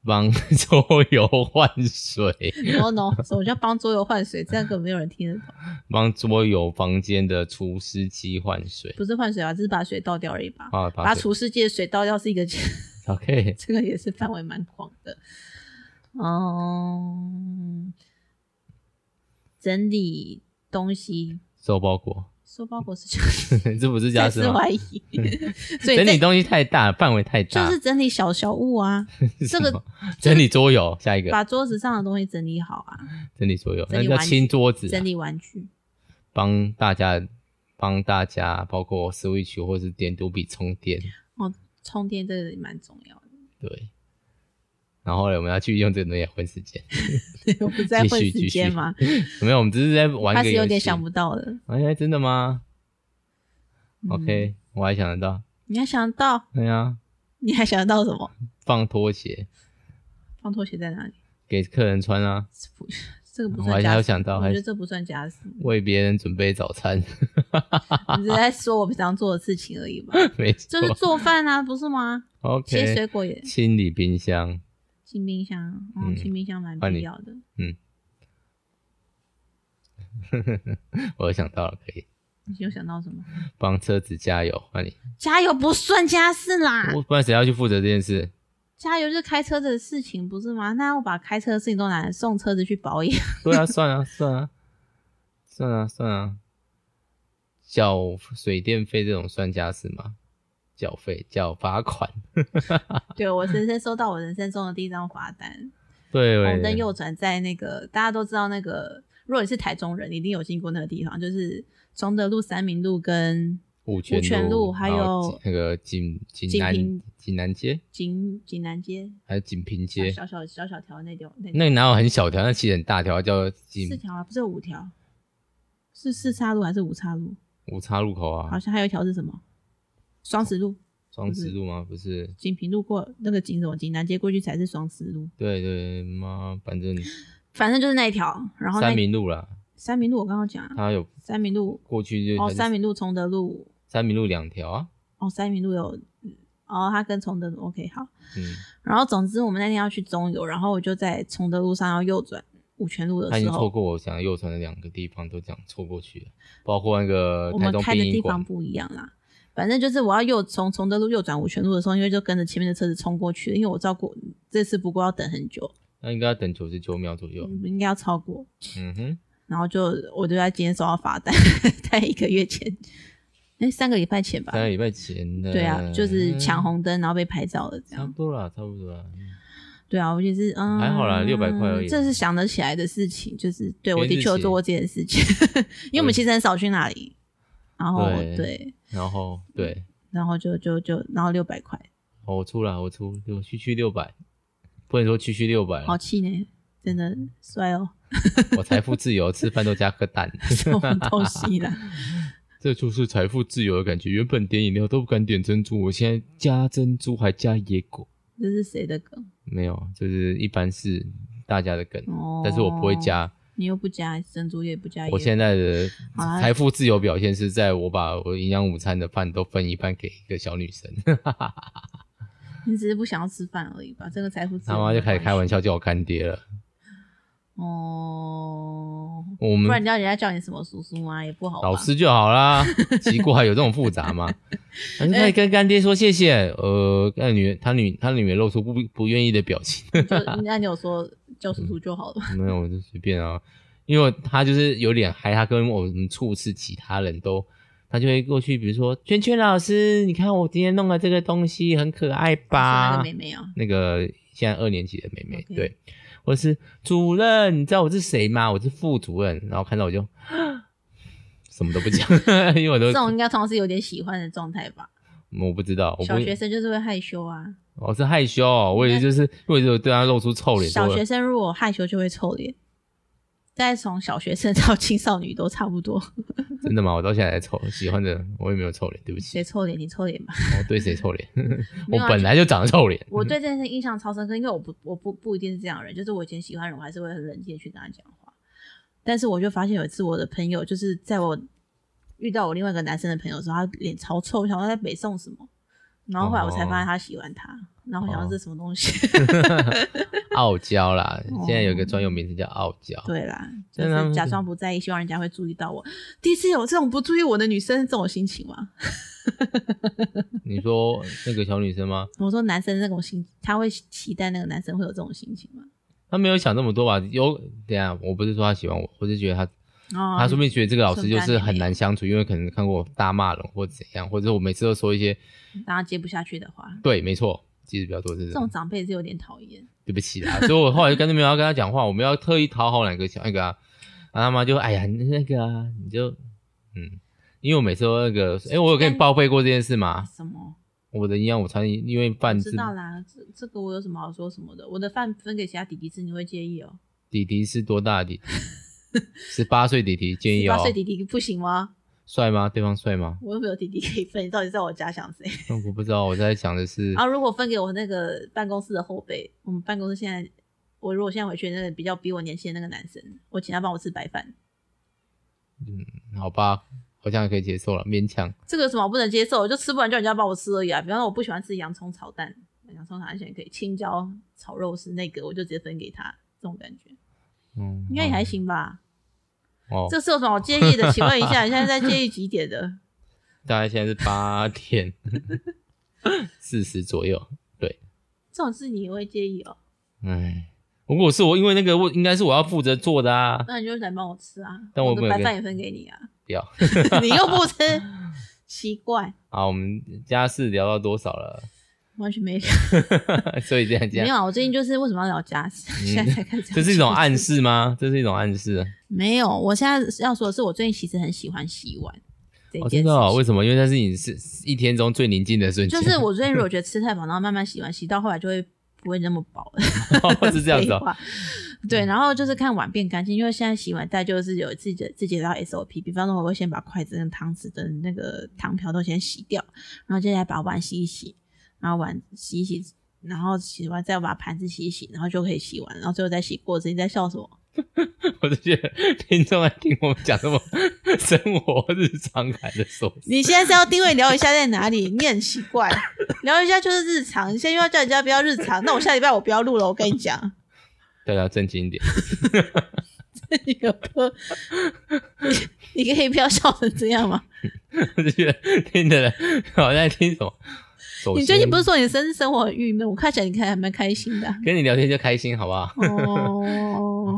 Speaker 1: 帮 桌游换水，
Speaker 2: no no，什么叫帮桌游换水？这样根本没有人听得懂。
Speaker 1: 帮桌游房间的除湿机换水。
Speaker 2: 不是换水啊，只是把水倒掉而已吧。
Speaker 1: 啊，把
Speaker 2: 把
Speaker 1: 水
Speaker 2: 厨师界的水倒掉是一个，
Speaker 1: OK，
Speaker 2: 这个也是范围蛮广的。嗯，整理东西，
Speaker 1: 收包裹，
Speaker 2: 收包裹是就是
Speaker 1: 这不是家
Speaker 2: 再
Speaker 1: 事
Speaker 2: 次
Speaker 1: 吗？嗯
Speaker 2: 怀疑，所以
Speaker 1: 整理啊
Speaker 2: 在
Speaker 1: 东西太大，范围太
Speaker 2: 就
Speaker 1: 大。
Speaker 2: 是整理小小物啊，这
Speaker 1: 什
Speaker 2: 个
Speaker 1: 么整理桌游，下一个
Speaker 2: 把桌子上的东西整理好啊，
Speaker 1: 整理桌游，
Speaker 2: 整
Speaker 1: 那
Speaker 2: 理
Speaker 1: 叫
Speaker 2: 玩具
Speaker 1: 清桌子啊、
Speaker 2: 整理玩具。
Speaker 1: 帮大家帮大家，包括 Switch 或是点读笔充电，
Speaker 2: 哦，充电这个也蛮重要的，
Speaker 1: 对。然后呢，我们要去用这个东西来混时间，
Speaker 2: 对，我不是在混时间吗？
Speaker 1: 有没有？我们只是在玩
Speaker 2: 他
Speaker 1: 一个
Speaker 2: 是
Speaker 1: 游戏。
Speaker 2: 有点想不到的。
Speaker 1: 哎，真的吗、
Speaker 2: 嗯
Speaker 1: o k 我还想得到。
Speaker 2: 你还想到？
Speaker 1: 对啊，
Speaker 2: 你还想到什么？
Speaker 1: 放拖鞋
Speaker 2: 放拖鞋在哪里？
Speaker 1: 给客人穿啊，
Speaker 2: 这不 这个不
Speaker 1: 嗯我还
Speaker 2: 算家事，
Speaker 1: 有想到
Speaker 2: 我
Speaker 1: 还
Speaker 2: 觉得这不算家事，
Speaker 1: 为别人准备早 餐，
Speaker 2: 你只是在说我平常做的事情而已吧？
Speaker 1: 没错。
Speaker 2: 就是做饭啊，不是吗？切
Speaker 1: 哦 OK，
Speaker 2: 水果也
Speaker 1: 清理冰箱，
Speaker 2: 进冰箱，
Speaker 1: 嗯
Speaker 2: 嗯，进冰箱蛮
Speaker 1: 换
Speaker 2: 必
Speaker 1: 你
Speaker 2: 要的。
Speaker 1: 我有想到了，可以
Speaker 2: 你有想到什么？
Speaker 1: 帮车子加油。换你，
Speaker 2: 加油不算家事啦，
Speaker 1: 我不然谁要去负责这件事？
Speaker 2: 加油就是开车的事情，不是吗？那我把开车的事情都拿来 送车子去保养，
Speaker 1: 对啊，算啊，算啊，算啊，算啊。缴水电费这种算家事吗？缴费、缴罚款，
Speaker 2: 对我深深收到我人生中的第一张罚单，
Speaker 1: 对，
Speaker 2: 红灯右转在哦那个大家都知道那个，如果你是台中人，你一定有经过那个地方，就是崇德路、三民路跟
Speaker 1: 五
Speaker 2: 泉
Speaker 1: 泉
Speaker 2: 路还
Speaker 1: 然
Speaker 2: 有
Speaker 1: 后锦那个锦锦
Speaker 2: 锦
Speaker 1: 南
Speaker 2: 屏
Speaker 1: 锦南街
Speaker 2: 锦锦南街
Speaker 1: 还有锦屏街，
Speaker 2: 小小小小条那条那条
Speaker 1: 那哪有很小条？那其实很大条，它叫
Speaker 2: 四
Speaker 1: 锦
Speaker 2: 条啊，不是有五条，是四岔路还是五岔路？
Speaker 1: 五岔路口
Speaker 2: 好
Speaker 1: 啊，
Speaker 2: 像还有一条是什么双十路。
Speaker 1: 双十路吗？不是，
Speaker 2: 锦屏路过那个锦什么锦南街过去才是双十路，
Speaker 1: 对对妈，反正
Speaker 2: 反正就是那一条。然后那
Speaker 1: 三民路啦，
Speaker 2: 三民路我刚刚讲啊，
Speaker 1: 它有
Speaker 2: 三民路
Speaker 1: 过去就
Speaker 2: 哦，
Speaker 1: 它就
Speaker 2: 三民路崇德路
Speaker 1: 三民路两条啊，
Speaker 2: 哦，三民路有哦，它跟崇德路 OK 好。
Speaker 1: 嗯，
Speaker 2: 然后总之我们那天要去中游，然后我就在崇德路上要右转五泉路
Speaker 1: 他
Speaker 2: 的
Speaker 1: 已
Speaker 2: 时
Speaker 1: 经错
Speaker 2: 候，
Speaker 1: 过我想右转的两个地方都讲错过去了，包括那个呃台
Speaker 2: 我们
Speaker 1: 中
Speaker 2: 开的
Speaker 1: 殡仪
Speaker 2: 地方
Speaker 1: 馆，
Speaker 2: 不一样啦。反正就是我要右从崇德路右转五泉路的时候，因为就跟着前面的车子冲过去了，因为我知道过这次不过要等很久，
Speaker 1: 那应该要等九十九秒左右。
Speaker 2: 应该要超过。
Speaker 1: 嗯哼，
Speaker 2: 然后就我就在今天收到罚单， 在一个月前，哎，三个礼拜前吧。
Speaker 1: 三个礼拜前的。
Speaker 2: 对啊，就是抢。红灯，然后被拍照了这
Speaker 1: 差不
Speaker 2: 样。
Speaker 1: 多啦，差不多啦。
Speaker 2: 对啊，我就是嗯，
Speaker 1: 还好啦600块而已
Speaker 2: 这是想得起来的事情，就是对我
Speaker 1: 全
Speaker 2: 的
Speaker 1: 日
Speaker 2: 确有
Speaker 1: 期
Speaker 2: 做过这件事情， 因为我们其实很少去那里。然后
Speaker 1: 对
Speaker 2: 对，
Speaker 1: 然后
Speaker 2: 嗯
Speaker 1: 对，
Speaker 2: 然后就就就然后六百块，
Speaker 1: 哦我出了，我出六区区六百，不能说区区六百，
Speaker 2: 好气呢，真的 帅哦，
Speaker 1: 我财富自由，吃饭都加颗蛋。
Speaker 2: 什么东西啦？
Speaker 1: 这就是财富自由的感觉。原本点饮料都不敢点珍珠，我现在加珍珠还加野果。
Speaker 2: 这是谁的梗？
Speaker 1: 没有，就是一般是大家的梗，
Speaker 2: 哦，
Speaker 1: 但是我不会，加。
Speaker 2: 你又不加珍珠，也不加椰果，
Speaker 1: 我现在的
Speaker 2: 哎好啦
Speaker 1: 财富自由表现是在我把我营养午餐的饭都分一半给一个小女 生，
Speaker 2: 你只是不想要吃饭而已吧？这个财富自由
Speaker 1: 他妈就开始开玩
Speaker 2: 笑
Speaker 1: 笑叫我干爹了。
Speaker 2: 哦，
Speaker 1: 我
Speaker 2: 不然
Speaker 1: 们
Speaker 2: 你叫人家叫你什么叔叔吗？也不好吧。
Speaker 1: 老师就好啦，奇怪有这种复杂 吗？还是可以跟干爹说谢谢。呃，那女他女他女儿露出不不愿意的表情。
Speaker 2: 就那你有说叫叔叔就好了。
Speaker 1: 没有，我就随便啊，因为他就是有点嗨，他跟我们处事其他人都，他就会过去，比如说圈圈老师，你看我今天弄了这个东西，很可爱
Speaker 2: 是那
Speaker 1: 吧
Speaker 2: 个？妹妹啊，
Speaker 1: 那个现在二年级的妹妹
Speaker 2: OK
Speaker 1: 对，我是主任，你知道我是谁吗？我是副主任，然后看到我就 什么都不讲， 因为我都
Speaker 2: 这种应该通常是有点喜欢的状态吧。
Speaker 1: 我不知道，我不
Speaker 2: 小学生就是会害羞啊。
Speaker 1: 我是害羞，我也就是我也就对他露出臭脸，
Speaker 2: 小
Speaker 1: 说
Speaker 2: 学生如果害羞就会臭脸，再从小学生到青少女都差不多。
Speaker 1: 真的吗？我到现在还臭，喜欢的人我也没有臭脸，对不起。
Speaker 2: 谁臭脸？你臭脸吧。
Speaker 1: 我对谁臭脸？ 我
Speaker 2: 没有啊
Speaker 1: 本来嗯就长得臭脸。
Speaker 2: 我对这件事印象超深刻，因为我不我不不一定是这样的人，就是我以前喜欢的人，我还是会很冷静地去跟他讲话。但是我就发现有一次，我的朋友就是在我遇到我另外一个男生的朋友的时候，他脸超臭，我想说他在北宋什么，然后后来我才
Speaker 1: 哦
Speaker 2: 发现他喜欢他，然后我想说这什么东西。
Speaker 1: 傲娇啦
Speaker 2: 哦，
Speaker 1: 现在有一个专有名词叫傲娇。
Speaker 2: 对 啦，就
Speaker 1: 真的
Speaker 2: 是假装不在意，希望人家会注意到我。第一次有这种不注意我的女生这种心情吗？
Speaker 1: 你说那个小女生吗？
Speaker 2: 我说男生那种心，他会期待那个男生会有这种心情吗？
Speaker 1: 她没有想这么多吧？有，等一下我不是说她喜欢我，我是觉得她，
Speaker 2: 哦，
Speaker 1: 她说不定觉得这个老师就
Speaker 2: 顺
Speaker 1: 是
Speaker 2: 便
Speaker 1: 很难相处，因为可能看过我大骂人或怎样，或者我每次都说一些
Speaker 2: 大家接不下去的话，
Speaker 1: 对，没错，其实比较多这
Speaker 2: 这种
Speaker 1: 种。
Speaker 2: 长辈是有点讨厌。
Speaker 1: 对不起啦，所以我后来就干脆没有要跟她讲话，我们要特意讨好哪个小那个啊，然后她妈就哎呀那个啊，你就嗯，因为我每次都那个，哎，我有跟你报备过这件事吗？
Speaker 2: 哎什么？
Speaker 1: 我的营养午餐因为
Speaker 2: 我
Speaker 1: 饭是
Speaker 2: 知道啦，这这个我有什么好说什么的？我的饭分给其他弟弟吃，你会介意哦？
Speaker 1: 弟弟是多大的 弟弟？十八岁弟弟建
Speaker 2: 十
Speaker 1: 议
Speaker 2: 八
Speaker 1: 哦，
Speaker 2: 岁弟弟不行吗？
Speaker 1: 帅吗？对方帅吗？
Speaker 2: 我又没有弟弟可以分，你到底在我家想谁？
Speaker 1: 嗯我不知道，我在想的 是
Speaker 2: 然后如果分给我那个办公室的后辈，我们办公室现在，我如果现在回去，那个比较比我年轻的那个男生，我请他帮我吃白饭，
Speaker 1: 好吧，好像可以接受了，勉强。
Speaker 2: 这个有什么我不能接受？我就吃不完叫人家帮我吃而已啊。比方说我不喜欢吃洋葱炒蛋，洋葱炒蛋现在可以，青椒炒肉丝那个我就直接分给他，这种感觉
Speaker 1: 嗯，
Speaker 2: 应该也还行吧？
Speaker 1: 哦。哦
Speaker 2: 这是有什么好介意的？请问一 下，你现在在介意几点的？
Speaker 1: 大概现在是八点 四十左右。
Speaker 2: 这种事你也会介意哦？
Speaker 1: 唉，如果哎是我，因为那个我应该是我要负责做的啊，
Speaker 2: 那你就来帮我吃啊，
Speaker 1: 但我
Speaker 2: 的
Speaker 1: 没有
Speaker 2: 白
Speaker 1: 跟
Speaker 2: 饭也分给你啊，
Speaker 1: 不要。
Speaker 2: 你又不吃，奇怪，
Speaker 1: 好，我们家事聊到多少 了？
Speaker 2: 完 全没
Speaker 1: 所以这样这
Speaker 2: 没有
Speaker 1: 样，
Speaker 2: 啊。我最近就是为什么要聊家事， 现在才开
Speaker 1: 嗯
Speaker 2: 始，
Speaker 1: 这是一种暗。示吗？这是一种暗示。
Speaker 2: 没有，我现在要说的是，我最近其实很喜欢洗碗这
Speaker 1: 哦，
Speaker 2: 件
Speaker 1: 真
Speaker 2: 事
Speaker 1: 的、
Speaker 2: 情。
Speaker 1: 哦？为什么？因为那是你是一天中最宁静的瞬间。
Speaker 2: 就是 我最近如果觉得吃太饱，然后慢慢洗碗，洗到后来就会不会那么饱了。
Speaker 1: 我 是这样子、
Speaker 2: 废
Speaker 1: 哦。
Speaker 2: 话对，然后就是看碗变干净，因为现在洗碗袋就是有自己的自己的一套 SOP，比方说我会先把筷子跟汤匙跟那个汤瓢都先洗掉，然后接下来把碗洗一洗，然后碗洗一洗，然后洗完再把盘子洗一洗，然后就可以洗完，然后最后再洗锅子。你在笑 什么？
Speaker 1: 我就觉得听众在听我们讲这么生活日常感的琐事。
Speaker 2: 你现在是要定位聊一下在哪里？你很奇怪，聊一下就是日常，你现在又要叫人家不要日常，那我下礼拜我不要录了，我跟你讲。
Speaker 1: 对啊，正经一点。
Speaker 2: 你有歌，你 你可以不要笑成这样吗？
Speaker 1: 我就觉得听的人好像在听什么。首先
Speaker 2: 你最近不是说你的生生活很郁闷？我看起来你看还蛮开心 的啊、
Speaker 1: 跟你聊天就开心，好不好？
Speaker 2: 哦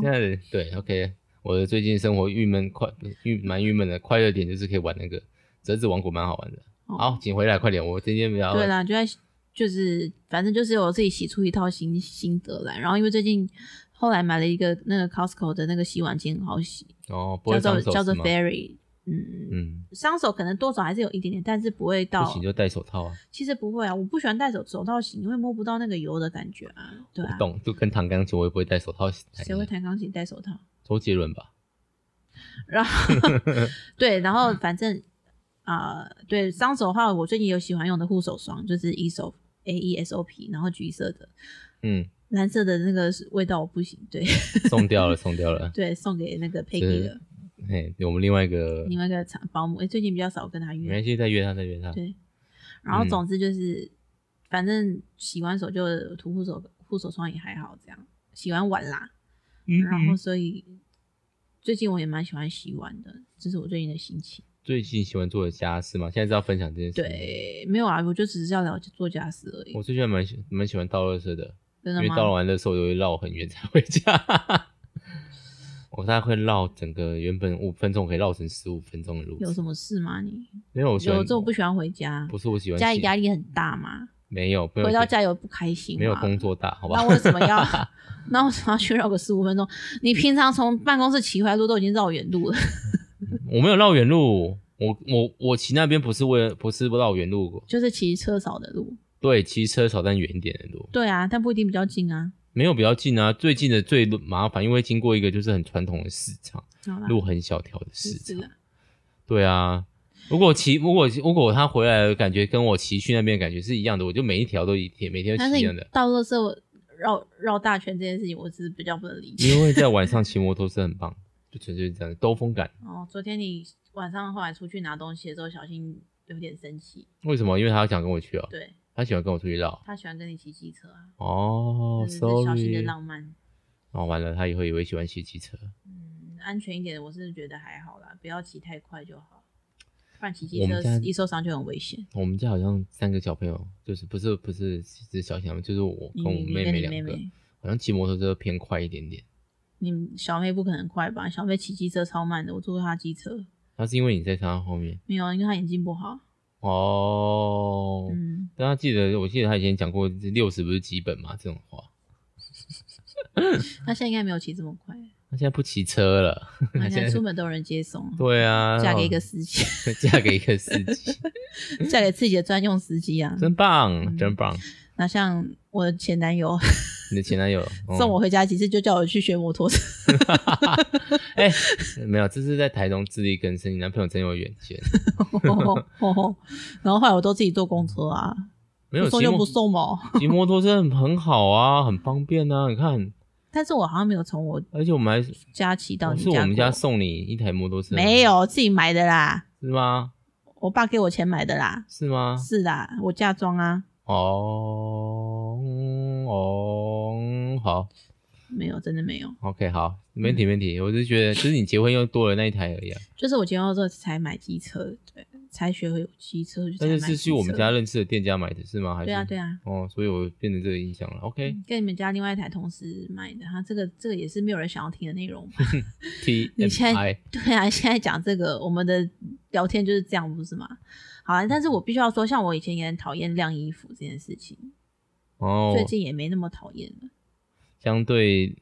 Speaker 1: 现，在的对，OK。我的最近生活郁闷，快郁蛮郁闷的，快乐点就是可以玩那个折纸王国，蛮好玩的。
Speaker 2: 哦
Speaker 1: 好，请回来，快点！我今天比较
Speaker 2: 对啦，就在就是反正就是我自己洗出一套心心得来，然后因为最近后来买了一个那个 Costco 的那个洗碗巾，很好洗，
Speaker 1: 哦，不
Speaker 2: 叫
Speaker 1: 会上
Speaker 2: 做
Speaker 1: 手
Speaker 2: 叫做
Speaker 1: 是吗
Speaker 2: Fairy，嗯。
Speaker 1: 嗯，
Speaker 2: 伤手可能多少还是有一点点，但是不会
Speaker 1: 不
Speaker 2: 到
Speaker 1: 行。就戴手套啊，
Speaker 2: 其实不会啊，我不喜欢戴手手套洗，因为摸不到那个油的感觉啊。对啊
Speaker 1: 不，懂就跟弹钢琴，我也不会戴手套。
Speaker 2: 谁会？弹钢琴戴手套？
Speaker 1: 周杰伦吧？
Speaker 2: 然后对，然
Speaker 1: 嗯
Speaker 2: 后反正啊、呃对双手的话，我最近有喜欢用的护手霜，就是 E 手 A E S O P，然后橘色的，
Speaker 1: 嗯，
Speaker 2: 蓝色的那个味道我不行，对
Speaker 1: 送掉了，送掉了。
Speaker 2: 对，送给那个
Speaker 1: 这
Speaker 2: Peggy
Speaker 1: 是
Speaker 2: 的
Speaker 1: 嘿，我们另外一个
Speaker 2: 另外一个厂保姆，诶最近比较少跟他
Speaker 1: 没
Speaker 2: 约
Speaker 1: 关，系，再约他，再约他。
Speaker 2: 对，然后
Speaker 1: 嗯
Speaker 2: 总之就是，反正洗完手就涂护手护手霜也还好，这样洗完碗啦，
Speaker 1: 嗯
Speaker 2: 然后所以最近我也蛮喜欢洗碗的，这是我最近的心情。
Speaker 1: 最近喜欢做的家事嘛，现在是要分享这件事。，
Speaker 2: 对，没有啊，我就只是要了解做家事而已
Speaker 1: 我。最近还蛮喜蛮喜欢倒垃圾的，
Speaker 2: 真
Speaker 1: 因
Speaker 2: 的
Speaker 1: 为
Speaker 2: 吗？
Speaker 1: 倒完垃圾我就会绕很远才回家。 我大概会绕整个原本五分钟可以绕成十五分钟的路
Speaker 2: 有
Speaker 1: 程，
Speaker 2: 什么事吗你？
Speaker 1: 因为我喜欢
Speaker 2: 有这我不喜欢回家，
Speaker 1: 不是我喜欢
Speaker 2: 家里
Speaker 1: 洗
Speaker 2: 压力很大嘛，
Speaker 1: 没有没有
Speaker 2: 回到家有不开心
Speaker 1: 没有
Speaker 2: 嘛
Speaker 1: 工作大，好吧？
Speaker 2: 那为什么 要？那为什么要去绕个十五分钟？你平常从办公室骑回来路都已经绕远路了，
Speaker 1: 我没有绕远路，我我我骑那边不是为了不是绕远路，
Speaker 2: 就是骑车少的路。
Speaker 1: 对，骑车少但远一点的路，
Speaker 2: 对啊，但不一定比较近啊。
Speaker 1: 没有比较近啊。最近的最麻烦，因为经过一个就是很传统的市场，
Speaker 2: 好啦，
Speaker 1: 路很小条的市
Speaker 2: 啊是
Speaker 1: 场。
Speaker 2: 啊，
Speaker 1: 对啊，如果骑如果如果他回来的感觉跟我骑去那边的感觉是一样的，我就每一条都一天每天都
Speaker 2: 但
Speaker 1: 骑
Speaker 2: 是
Speaker 1: 一
Speaker 2: 你
Speaker 1: 样的。
Speaker 2: 到垃圾绕绕大圈这件事情，我是比较不能理解。
Speaker 1: 因为在晚上骑摩托车很棒，就纯粹是这样的兜风感。
Speaker 2: 哦，昨天你晚上后来出去拿东西的时候，小心有点生气。
Speaker 1: 为什么？因为他想跟我去哦，
Speaker 2: 对
Speaker 1: 他喜欢跟我出去绕。
Speaker 2: 他喜欢跟你骑机车啊，
Speaker 1: 哦
Speaker 2: 就是这小心的
Speaker 1: ，sorry，
Speaker 2: 浪漫。
Speaker 1: 哦，完了，他以后也会喜欢骑机车。
Speaker 2: 嗯，安全一点，我是觉得还好啦，不要骑太快就好，不然骑
Speaker 1: 我
Speaker 2: 机车
Speaker 1: 们家
Speaker 2: 一受伤就很危险。
Speaker 1: 我们家好像三个小朋友，就是不是不是是小小朋友，就是我
Speaker 2: 你
Speaker 1: 跟我
Speaker 2: 你
Speaker 1: 妹
Speaker 2: 跟你
Speaker 1: 两
Speaker 2: 妹
Speaker 1: 个，
Speaker 2: 妹，
Speaker 1: 好像骑摩托车偏快一点点。
Speaker 2: 你小妹不可能快吧？小妹骑机车超慢的，我坐过她机车，
Speaker 1: 那是因为你在他后面
Speaker 2: 没有，因为她眼睛不好。
Speaker 1: 哦。
Speaker 2: 嗯，
Speaker 1: 但他记得，我记得他以前讲过六十不是基本嘛这种话。
Speaker 2: 她现在应该没有骑这么 快，
Speaker 1: 他现在不骑车了，
Speaker 2: 你
Speaker 1: 他现
Speaker 2: 看
Speaker 1: 在
Speaker 2: 出门都有人接送，
Speaker 1: 对啊，
Speaker 2: 嫁给一个司机，
Speaker 1: 嫁给一个司 机，
Speaker 2: 嫁给自己的专用司机啊。
Speaker 1: 真棒，
Speaker 2: 嗯
Speaker 1: 真棒！
Speaker 2: 那像我的前男友
Speaker 1: 你的前男友
Speaker 2: 送我，回家几次，就叫我去学摩托 车。
Speaker 1: 哎，没有，这是在台中自力更生，你男朋友真有远见，
Speaker 2: 然后后来我都自己坐公车啊，
Speaker 1: 没有
Speaker 2: 不送
Speaker 1: 骑
Speaker 2: 就
Speaker 1: 摩
Speaker 2: 不送嘛。
Speaker 1: 骑摩托车很很好啊，很方便啊，你看，
Speaker 2: 但是我好像没有从我
Speaker 1: 而且我们还
Speaker 2: 家骑到
Speaker 1: 哦
Speaker 2: 你
Speaker 1: 是我们
Speaker 2: 家
Speaker 1: 家
Speaker 2: 过
Speaker 1: 送你一台摩托车，
Speaker 2: 没有自己买的啦，
Speaker 1: 是吗？
Speaker 2: 我爸给我钱买的啦，
Speaker 1: 是吗？
Speaker 2: 是啦，我嫁妆啊，
Speaker 1: 哦嗯哦，嗯好
Speaker 2: 没有，真的没有，
Speaker 1: ，OK，好，没
Speaker 2: 嗯
Speaker 1: 问题，没问题。我是觉得，就是你结婚又多了那一台而已啊。
Speaker 2: 就是我结婚后之后才买机车，对，才学会有机车，就才
Speaker 1: 但是
Speaker 2: 买
Speaker 1: 是
Speaker 2: 机
Speaker 1: 去我们
Speaker 2: 车
Speaker 1: 家认识的店家买的是吗？还是
Speaker 2: 对啊嗯对啊，
Speaker 1: 哦，所以我变成这个印象了。OK
Speaker 2: 跟你们家另外一台同事买的，他这个这个也是没有人想要听的 内容吧？
Speaker 1: T
Speaker 2: 你现
Speaker 1: M
Speaker 2: 在
Speaker 1: I
Speaker 2: 对啊，现在讲这个，我们的聊天就是这样，不是吗？好啊，但是我必须要说，像我以前也很讨厌晾衣服这件事情，
Speaker 1: 哦，
Speaker 2: 最近也没那么讨厌了。
Speaker 1: 相对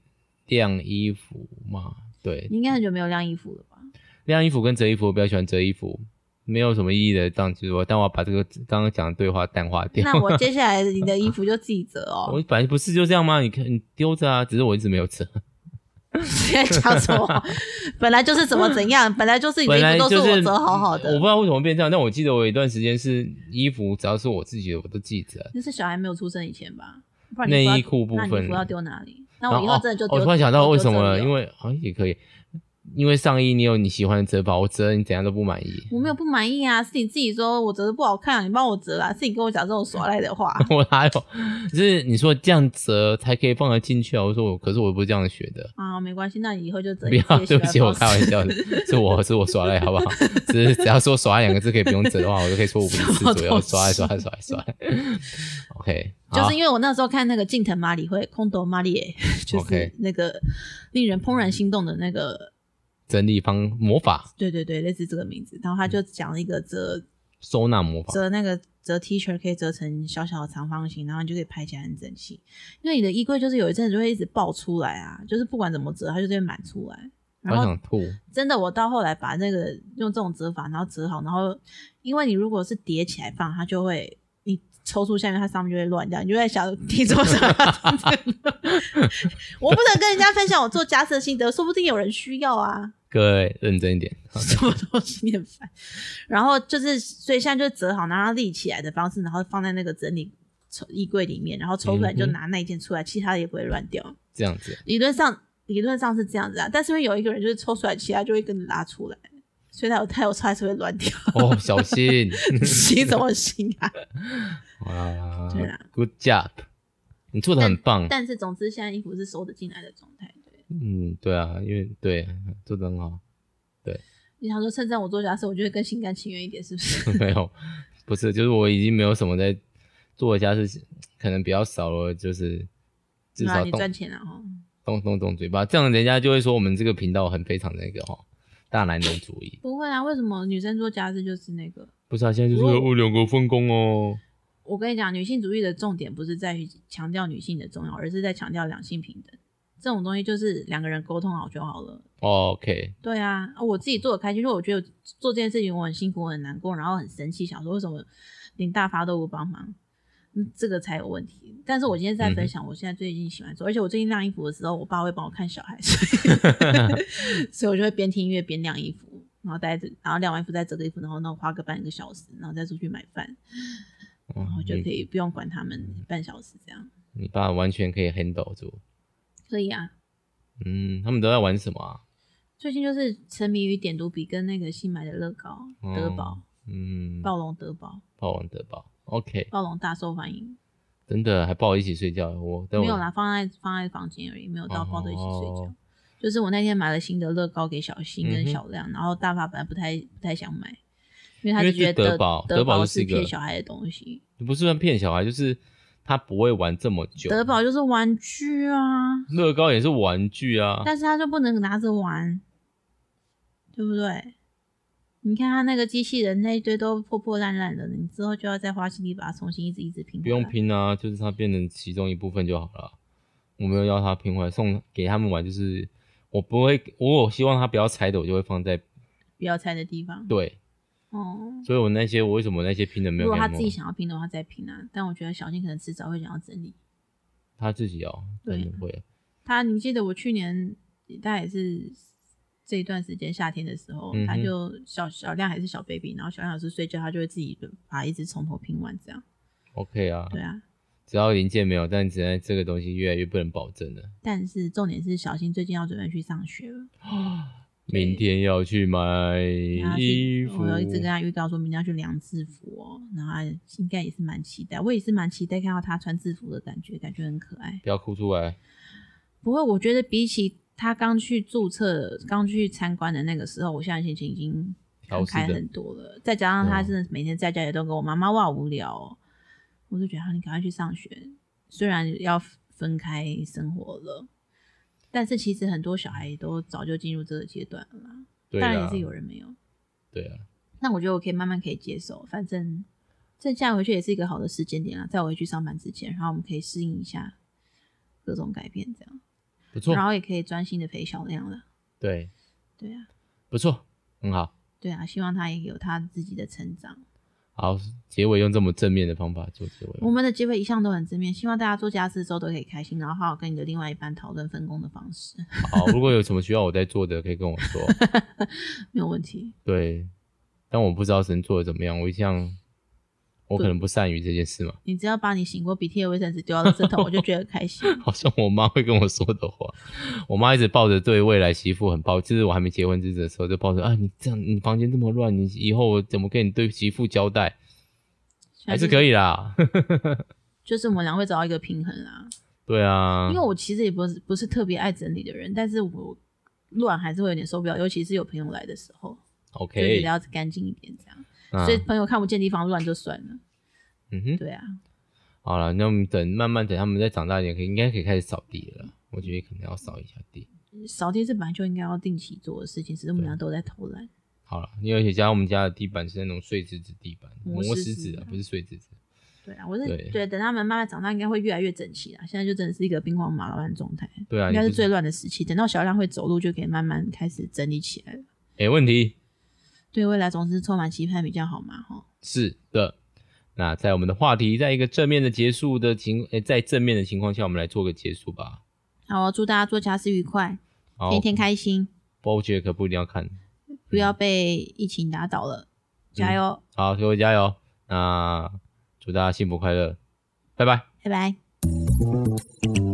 Speaker 1: 晾衣服嘛，对
Speaker 2: 你，应该很久没有晾衣服了吧？
Speaker 1: 晾衣服跟折衣服，我比较喜欢折衣服，没有什么意义的当直播，但我要把这个刚刚讲的对话淡化掉。
Speaker 2: 那我接下来你的衣服就自己折
Speaker 1: 我
Speaker 2: 哦。
Speaker 1: 本来不是就这样吗？你看你丢着啊，只是我一直没有折。
Speaker 2: 你在讲什么？本来就是怎么怎样，本来就是你的
Speaker 1: 本来
Speaker 2: 衣服都
Speaker 1: 就是
Speaker 2: 我折好好的。
Speaker 1: 我不知道为什么变这样。但我记得我有一段时间是衣服，只要是我自己的，我都记着。
Speaker 2: 那是小孩没有出生以前吧？不然你
Speaker 1: 内衣
Speaker 2: 要
Speaker 1: 裤部
Speaker 2: 那你
Speaker 1: 分
Speaker 2: 不要丢哪里？那
Speaker 1: 然
Speaker 2: 我
Speaker 1: 后
Speaker 2: 以后
Speaker 1: 哦
Speaker 2: 真的就丢。
Speaker 1: 我突然想到为什么了，
Speaker 2: 我丢这里哦
Speaker 1: 因为好像、也可以，因为上衣你有你喜欢的折法，我折你怎样都不满意。
Speaker 2: 我没有不满意啊，是你自己说我折的不好看，啊你帮我折啦，是你跟我讲这种耍赖的话。
Speaker 1: 我哪有？就是你说这样折才可以放得进去啊？我说我，可是我不是这样学的。
Speaker 2: 啊，没关系，那你以后就折
Speaker 1: 不
Speaker 2: 你
Speaker 1: 要
Speaker 2: 自，己
Speaker 1: 对不起，
Speaker 2: 喜欢的
Speaker 1: 我
Speaker 2: 方
Speaker 1: 开玩
Speaker 2: 式
Speaker 1: 笑的，是我是我耍赖，好不好？只是只要说“耍赖”两个字可以不用折的话，我就可以说五十次左右耍赖耍赖耍赖耍赖。OK，好
Speaker 2: 就是因为我那时候看那个近藤麻里惠空斗麻里 耶，就是
Speaker 1: OK
Speaker 2: 那个令人怦然心动的那个，
Speaker 1: 整理方魔法
Speaker 2: 对对对，类似这个名字。然后他
Speaker 1: 嗯
Speaker 2: 就讲了一个折
Speaker 1: 收纳魔法，
Speaker 2: 折那个折 T 恤可以折成小小的长方形，然后你就可以拍起来很整齐。因为你的衣柜就是有一阵子就会一直爆出来啊，就是不管怎么折，它就是会满出来。
Speaker 1: 我
Speaker 2: 然后
Speaker 1: 想吐。
Speaker 2: 真的，我到后来把那个用这种折法，然后折好，然后因为你如果是叠起来放，它就会你抽出下面，它上面就会乱掉，你就在想你怎么想要放这个 我不能跟人家分享我做家事的心得，说不定有人需要啊，
Speaker 1: 各位认真一点，
Speaker 2: 什么东西你很烦。 然后就是，所以现在就折好，然后它立起来的方式，然后放在那个整理抽衣柜里面，然后抽出来
Speaker 1: 嗯哼
Speaker 2: 就拿那一件出来，其他的也不会乱掉。
Speaker 1: 这样子
Speaker 2: 理论上理论上是这样子啊，但是因为有一个人就是抽出来，其他就会跟着拉出来，所以他有他有抽还是会乱掉，
Speaker 1: 哦，小 心
Speaker 2: 行怎么行啊？
Speaker 1: 哇
Speaker 2: 对啦
Speaker 1: ，Good job，你做的很棒。
Speaker 2: 但是总之现在衣服是收得进来的状态。对，
Speaker 1: 嗯，对啊，因为对做的很好，
Speaker 2: 你想说趁着我做家事，我就会更心甘情愿一点，是不是？
Speaker 1: 没有，不是，就是我已经没有什么在做一下事，可能比较少了，就是至
Speaker 2: 对啊
Speaker 1: 少
Speaker 2: 你
Speaker 1: 动
Speaker 2: 赚钱了哈。
Speaker 1: 动动动嘴巴，这样人家就会说我们这个频道很非常那个哈，大男人主义。
Speaker 2: 不会啊，为什么女生做家事就是那个？
Speaker 1: 不是啊，现在就是
Speaker 2: 如
Speaker 1: 哦两个分工哦。
Speaker 2: 我跟你讲，女性主义的重点不是在于强调女性的重要，而是在强调两性平等。这种东西就是两个人沟通好就好了。
Speaker 1: 哦 OK，
Speaker 2: 对啊，啊我自己做的开心，因为我觉得做这件事情我很辛苦、我很难过，然后很生气，想说为什么连大发都不帮忙，嗯，这个才有问题。但是我今天是在分享，我现在最近喜欢做，而且我最近晾衣服的时候，我爸会帮我看小孩，所以所以我就会边听音乐边晾衣服，然后待着，然后晾完衣服再折个衣服，然后那花个半个小时，然后再出去买饭，
Speaker 1: 嗯
Speaker 2: 然后就
Speaker 1: 你
Speaker 2: 可以不用管他们半小时这样，
Speaker 1: 你爸完全可以 handle 住。
Speaker 2: 可以啊。
Speaker 1: 嗯，他们都在玩什么啊？
Speaker 2: 最近就是沉迷于点读笔跟那个新买的乐高、德宝、
Speaker 1: 嗯，
Speaker 2: 暴龙德宝。
Speaker 1: 抱王德宝。OK，
Speaker 2: 暴龙大受欢迎，
Speaker 1: 真的还抱我一起睡觉，我等
Speaker 2: 没
Speaker 1: 我
Speaker 2: 有啦，放在放在房间而已，没有到抱在一起睡觉。
Speaker 1: 哦
Speaker 2: 就是我那天买了新的乐高给小新
Speaker 1: 嗯
Speaker 2: 跟
Speaker 1: 哼
Speaker 2: 小亮，然后大发本来不太不太想买，因为他
Speaker 1: 因为
Speaker 2: 就是觉得
Speaker 1: 德宝
Speaker 2: 德
Speaker 1: 德宝
Speaker 2: 宝
Speaker 1: 就是一个
Speaker 2: 骗小孩的东西，
Speaker 1: 不是算骗小孩，就是他不会玩这么久。
Speaker 2: 德宝就是玩具啊，
Speaker 1: 乐高也是玩具啊，
Speaker 2: 但是他就不能拿着玩，对不对？你看他那个机器人那一堆都破破烂烂的，你之后就要再花心力把它重新一直一直拼。
Speaker 1: 不用，拼啊，就是它变成其中一部分就好了。我没有要他拼回来，送给他们玩，就是我不会，我有希望他不要拆的，我就会放在
Speaker 2: 不要拆的地方。
Speaker 1: 对。
Speaker 2: 哦，
Speaker 1: 所以我那些我为什么那些拼的没
Speaker 2: 如
Speaker 1: 有
Speaker 2: 果
Speaker 1: 给
Speaker 2: 他
Speaker 1: 们
Speaker 2: 自己想要拼的话，再拼啊。但我觉得小新可能迟早会想要整理。
Speaker 1: 他自己哦，
Speaker 2: 对啊
Speaker 1: 真的会。
Speaker 2: 他，你记得我去年大概也是这一段时间夏天的时候，
Speaker 1: 嗯哼
Speaker 2: 他就小小亮还是小 baby，然后小亮老师睡觉，他就会自己把一直从头拼完，这样。
Speaker 1: OK 啊，
Speaker 2: 对啊，
Speaker 1: 只要零件没有，但只能这个东西越来越不能保证了。
Speaker 2: 但是重点是小新最近要准备去上学了，对
Speaker 1: 明天要去买
Speaker 2: 然后
Speaker 1: 衣
Speaker 2: 去
Speaker 1: 服，
Speaker 2: 我有一直跟他预告说明天要去量制服哦，然后他应该也是蛮期待，我也是蛮期待看到他穿制服的感觉，感觉很可爱。
Speaker 1: 不要哭出来。
Speaker 2: 不过我觉得比起他刚去注册、刚去参观的那个时候，我现在心情已经
Speaker 1: 调试啊
Speaker 2: 开
Speaker 1: 的
Speaker 2: 很多了，再加上他真的每天在家也都跟我妈妈哇无聊、哦，我就觉得啊你赶快去上学，虽然要分开生活了，但是其实很多小孩都早就进入这个阶段了啦，
Speaker 1: 对
Speaker 2: 当然也
Speaker 1: 啊
Speaker 2: 是，有人没有，
Speaker 1: 对啊，
Speaker 2: 那我觉得我可以慢慢可以接受，反正这下回去也是一个好的时间点啦，在我回去上班之前，然后我们可以适应一下各种改变，这样，
Speaker 1: 不错，
Speaker 2: 然后也可以专心的陪小亮了，
Speaker 1: 对，
Speaker 2: 对啊，
Speaker 1: 不错，很好。
Speaker 2: 对啊，希望他也有他自己的成长。
Speaker 1: 好，结尾用这么正面的方法做结尾吗。
Speaker 2: 我们的结尾一向都很正面，希望大家做家事的时候都可以开心，然后好好跟你的另外一半讨论分工的方式，
Speaker 1: 好，如果有什么需要我在做的，可以跟我说。
Speaker 2: 没有问题。
Speaker 1: 对，但我不知道神做的怎么样，我一向我可能不善于这件事嘛，
Speaker 2: 你只要把你擤过鼻涕的卫生纸丢到垃 圾桶，我就觉得开心。
Speaker 1: 好像我妈会跟我说的话。我妈一直抱着对未来媳妇很抱，就是我还没结婚之前的时候就抱着啊，你这样你房间这么乱，你以后我怎么跟你对媳妇交代？还是可
Speaker 2: 以，
Speaker 1: 以 啦。
Speaker 2: 就是我们俩会找到一个平衡啦。
Speaker 1: 对啊
Speaker 2: 因为，我其实也不是不是特别爱整理的人，但是我乱还是会有点受不了，尤其是有朋友来的时候，就觉
Speaker 1: OK，
Speaker 2: 得要干净一点这样。
Speaker 1: 那
Speaker 2: 所以朋友看不见地方乱就算了，
Speaker 1: 嗯哼，
Speaker 2: 对啊，
Speaker 1: 好了，那我们等慢慢等他们再长大一点，可以应该可以开始扫地了啦。我觉得可能要扫一下地。
Speaker 2: 扫地是本来就应该要定期做的事情，只是我们俩都在偷懒。
Speaker 1: 好了，因为而且加我们家的地板是那种碎石子地板，
Speaker 2: 磨
Speaker 1: 磨
Speaker 2: 石
Speaker 1: 石
Speaker 2: 子
Speaker 1: 子
Speaker 2: 啊
Speaker 1: 啊，不是碎石子。
Speaker 2: 对啊，我是
Speaker 1: 对
Speaker 2: 对，等他们慢慢长大，应该会越来越整齐啦。现在就真的是一个兵荒马乱的状态，
Speaker 1: 对啊，
Speaker 2: 应该
Speaker 1: 你
Speaker 2: 是
Speaker 1: 不
Speaker 2: 最乱的时期。等到小亮会走路，就可以慢慢开始整理起来了。
Speaker 1: 没问题。
Speaker 2: 对未来总是充满期盼比较好嘛，哈。
Speaker 1: 是的。那在我们的话题，在一个正面的结束的情，诶在正面的情况下，我们来做个结束吧。
Speaker 2: 好哦，祝大家做家事愉快，
Speaker 1: 好
Speaker 2: 天天开心，
Speaker 1: ，BoJack 不一定要看。嗯
Speaker 2: 不要被疫情打倒了，加油，
Speaker 1: 好，各位加油！那祝大家幸福快乐，拜拜。
Speaker 2: 拜拜。